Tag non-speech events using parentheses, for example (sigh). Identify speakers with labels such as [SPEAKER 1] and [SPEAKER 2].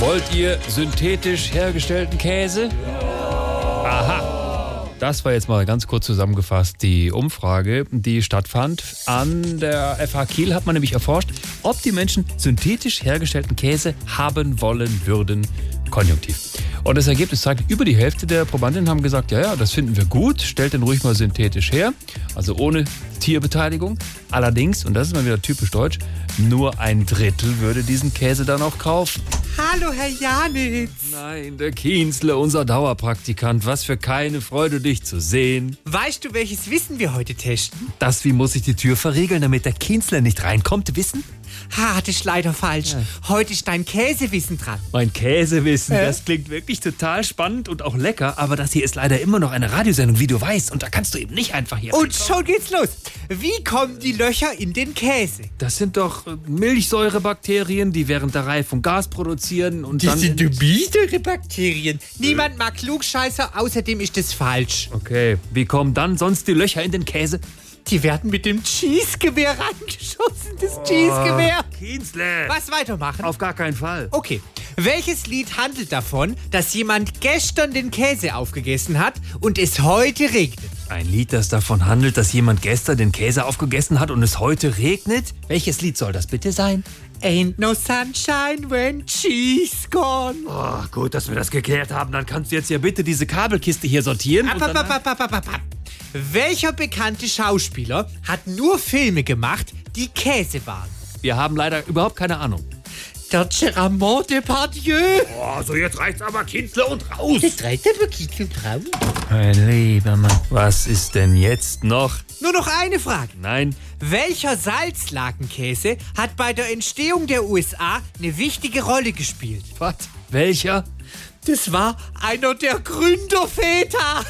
[SPEAKER 1] Wollt ihr synthetisch hergestellten Käse? Aha. Das war jetzt mal ganz kurz zusammengefasst die Umfrage, die stattfand. An der FH Kiel hat man nämlich erforscht, ob die Menschen synthetisch hergestellten Käse haben wollen würden. Konjunktiv. Und das Ergebnis zeigt, über die Hälfte der Probandinnen haben gesagt, ja, ja, das finden wir gut, stellt den ruhig mal synthetisch her, also ohne Tierbeteiligung. Allerdings, und das ist mal wieder typisch deutsch, nur ein Drittel würde diesen Käse dann auch kaufen.
[SPEAKER 2] Hallo, Herr Janitz.
[SPEAKER 1] Nein, der Kienzle, unser Dauerpraktikant, was für keine Freude, dich zu sehen.
[SPEAKER 2] Weißt du, welches Wissen wir heute testen?
[SPEAKER 1] Das, wie muss ich die Tür verriegeln, damit der Kienzle nicht reinkommt, wissen?
[SPEAKER 2] Ha, das ist leider falsch. Heute ist dein Käsewissen dran.
[SPEAKER 1] Mein Käsewissen,
[SPEAKER 2] Äh?
[SPEAKER 1] das klingt wirklich total spannend und auch lecker, aber das hier ist leider immer noch eine Radiosendung, wie du weißt, und da kannst du eben nicht einfach hier.
[SPEAKER 2] Und schon geht's los. Wie kommen die Löcher in den Käse?
[SPEAKER 1] das sind doch äh, Milchsäurebakterien, die während der Reifung Gas produzieren und dann.
[SPEAKER 2] biedere Bakterien. Niemand mag Klugscheißer, außerdem ist es falsch.
[SPEAKER 1] okay, wie kommen dann sonst die Löcher in den Käse?
[SPEAKER 2] Die werden mit dem Cheesegewehr (laughs) angeschossen, das Cheesegewehr.
[SPEAKER 1] Kienzle!
[SPEAKER 2] Was weitermachen?
[SPEAKER 1] Oh, Auf gar keinen Fall.
[SPEAKER 2] Okay. Welches Lied handelt davon, dass jemand gestern den Käse aufgegessen hat und es heute regnet?
[SPEAKER 1] Ein Lied, das davon handelt, dass jemand gestern den Käse aufgegessen hat und es heute regnet? Welches Lied soll das bitte sein?
[SPEAKER 2] Ain't no sunshine when cheese gone.
[SPEAKER 1] Oh, gut, dass wir das geklärt haben. Dann kannst du jetzt ja bitte diese Kabelkiste hier sortieren.
[SPEAKER 2] Ab,
[SPEAKER 1] und
[SPEAKER 2] ab,
[SPEAKER 1] danach-
[SPEAKER 2] ab, ab, ab, ab, ab, ab. Welcher bekannte Schauspieler hat nur Filme gemacht, die Käse waren?
[SPEAKER 1] Wir haben leider überhaupt keine Ahnung.
[SPEAKER 2] Der Geramont Depardieu.
[SPEAKER 1] Oh, so jetzt reicht's aber, Kienzle, und raus!
[SPEAKER 2] reicht aber Kitzel Traum.
[SPEAKER 1] Mein lieber Mann. Was ist denn jetzt noch?
[SPEAKER 2] Nur noch eine Frage.
[SPEAKER 1] Nein,
[SPEAKER 2] Welcher Salzlakenkäse hat bei der Entstehung der USA eine wichtige Rolle gespielt?
[SPEAKER 1] was? Welcher?
[SPEAKER 2] Das war einer der Gründerväter.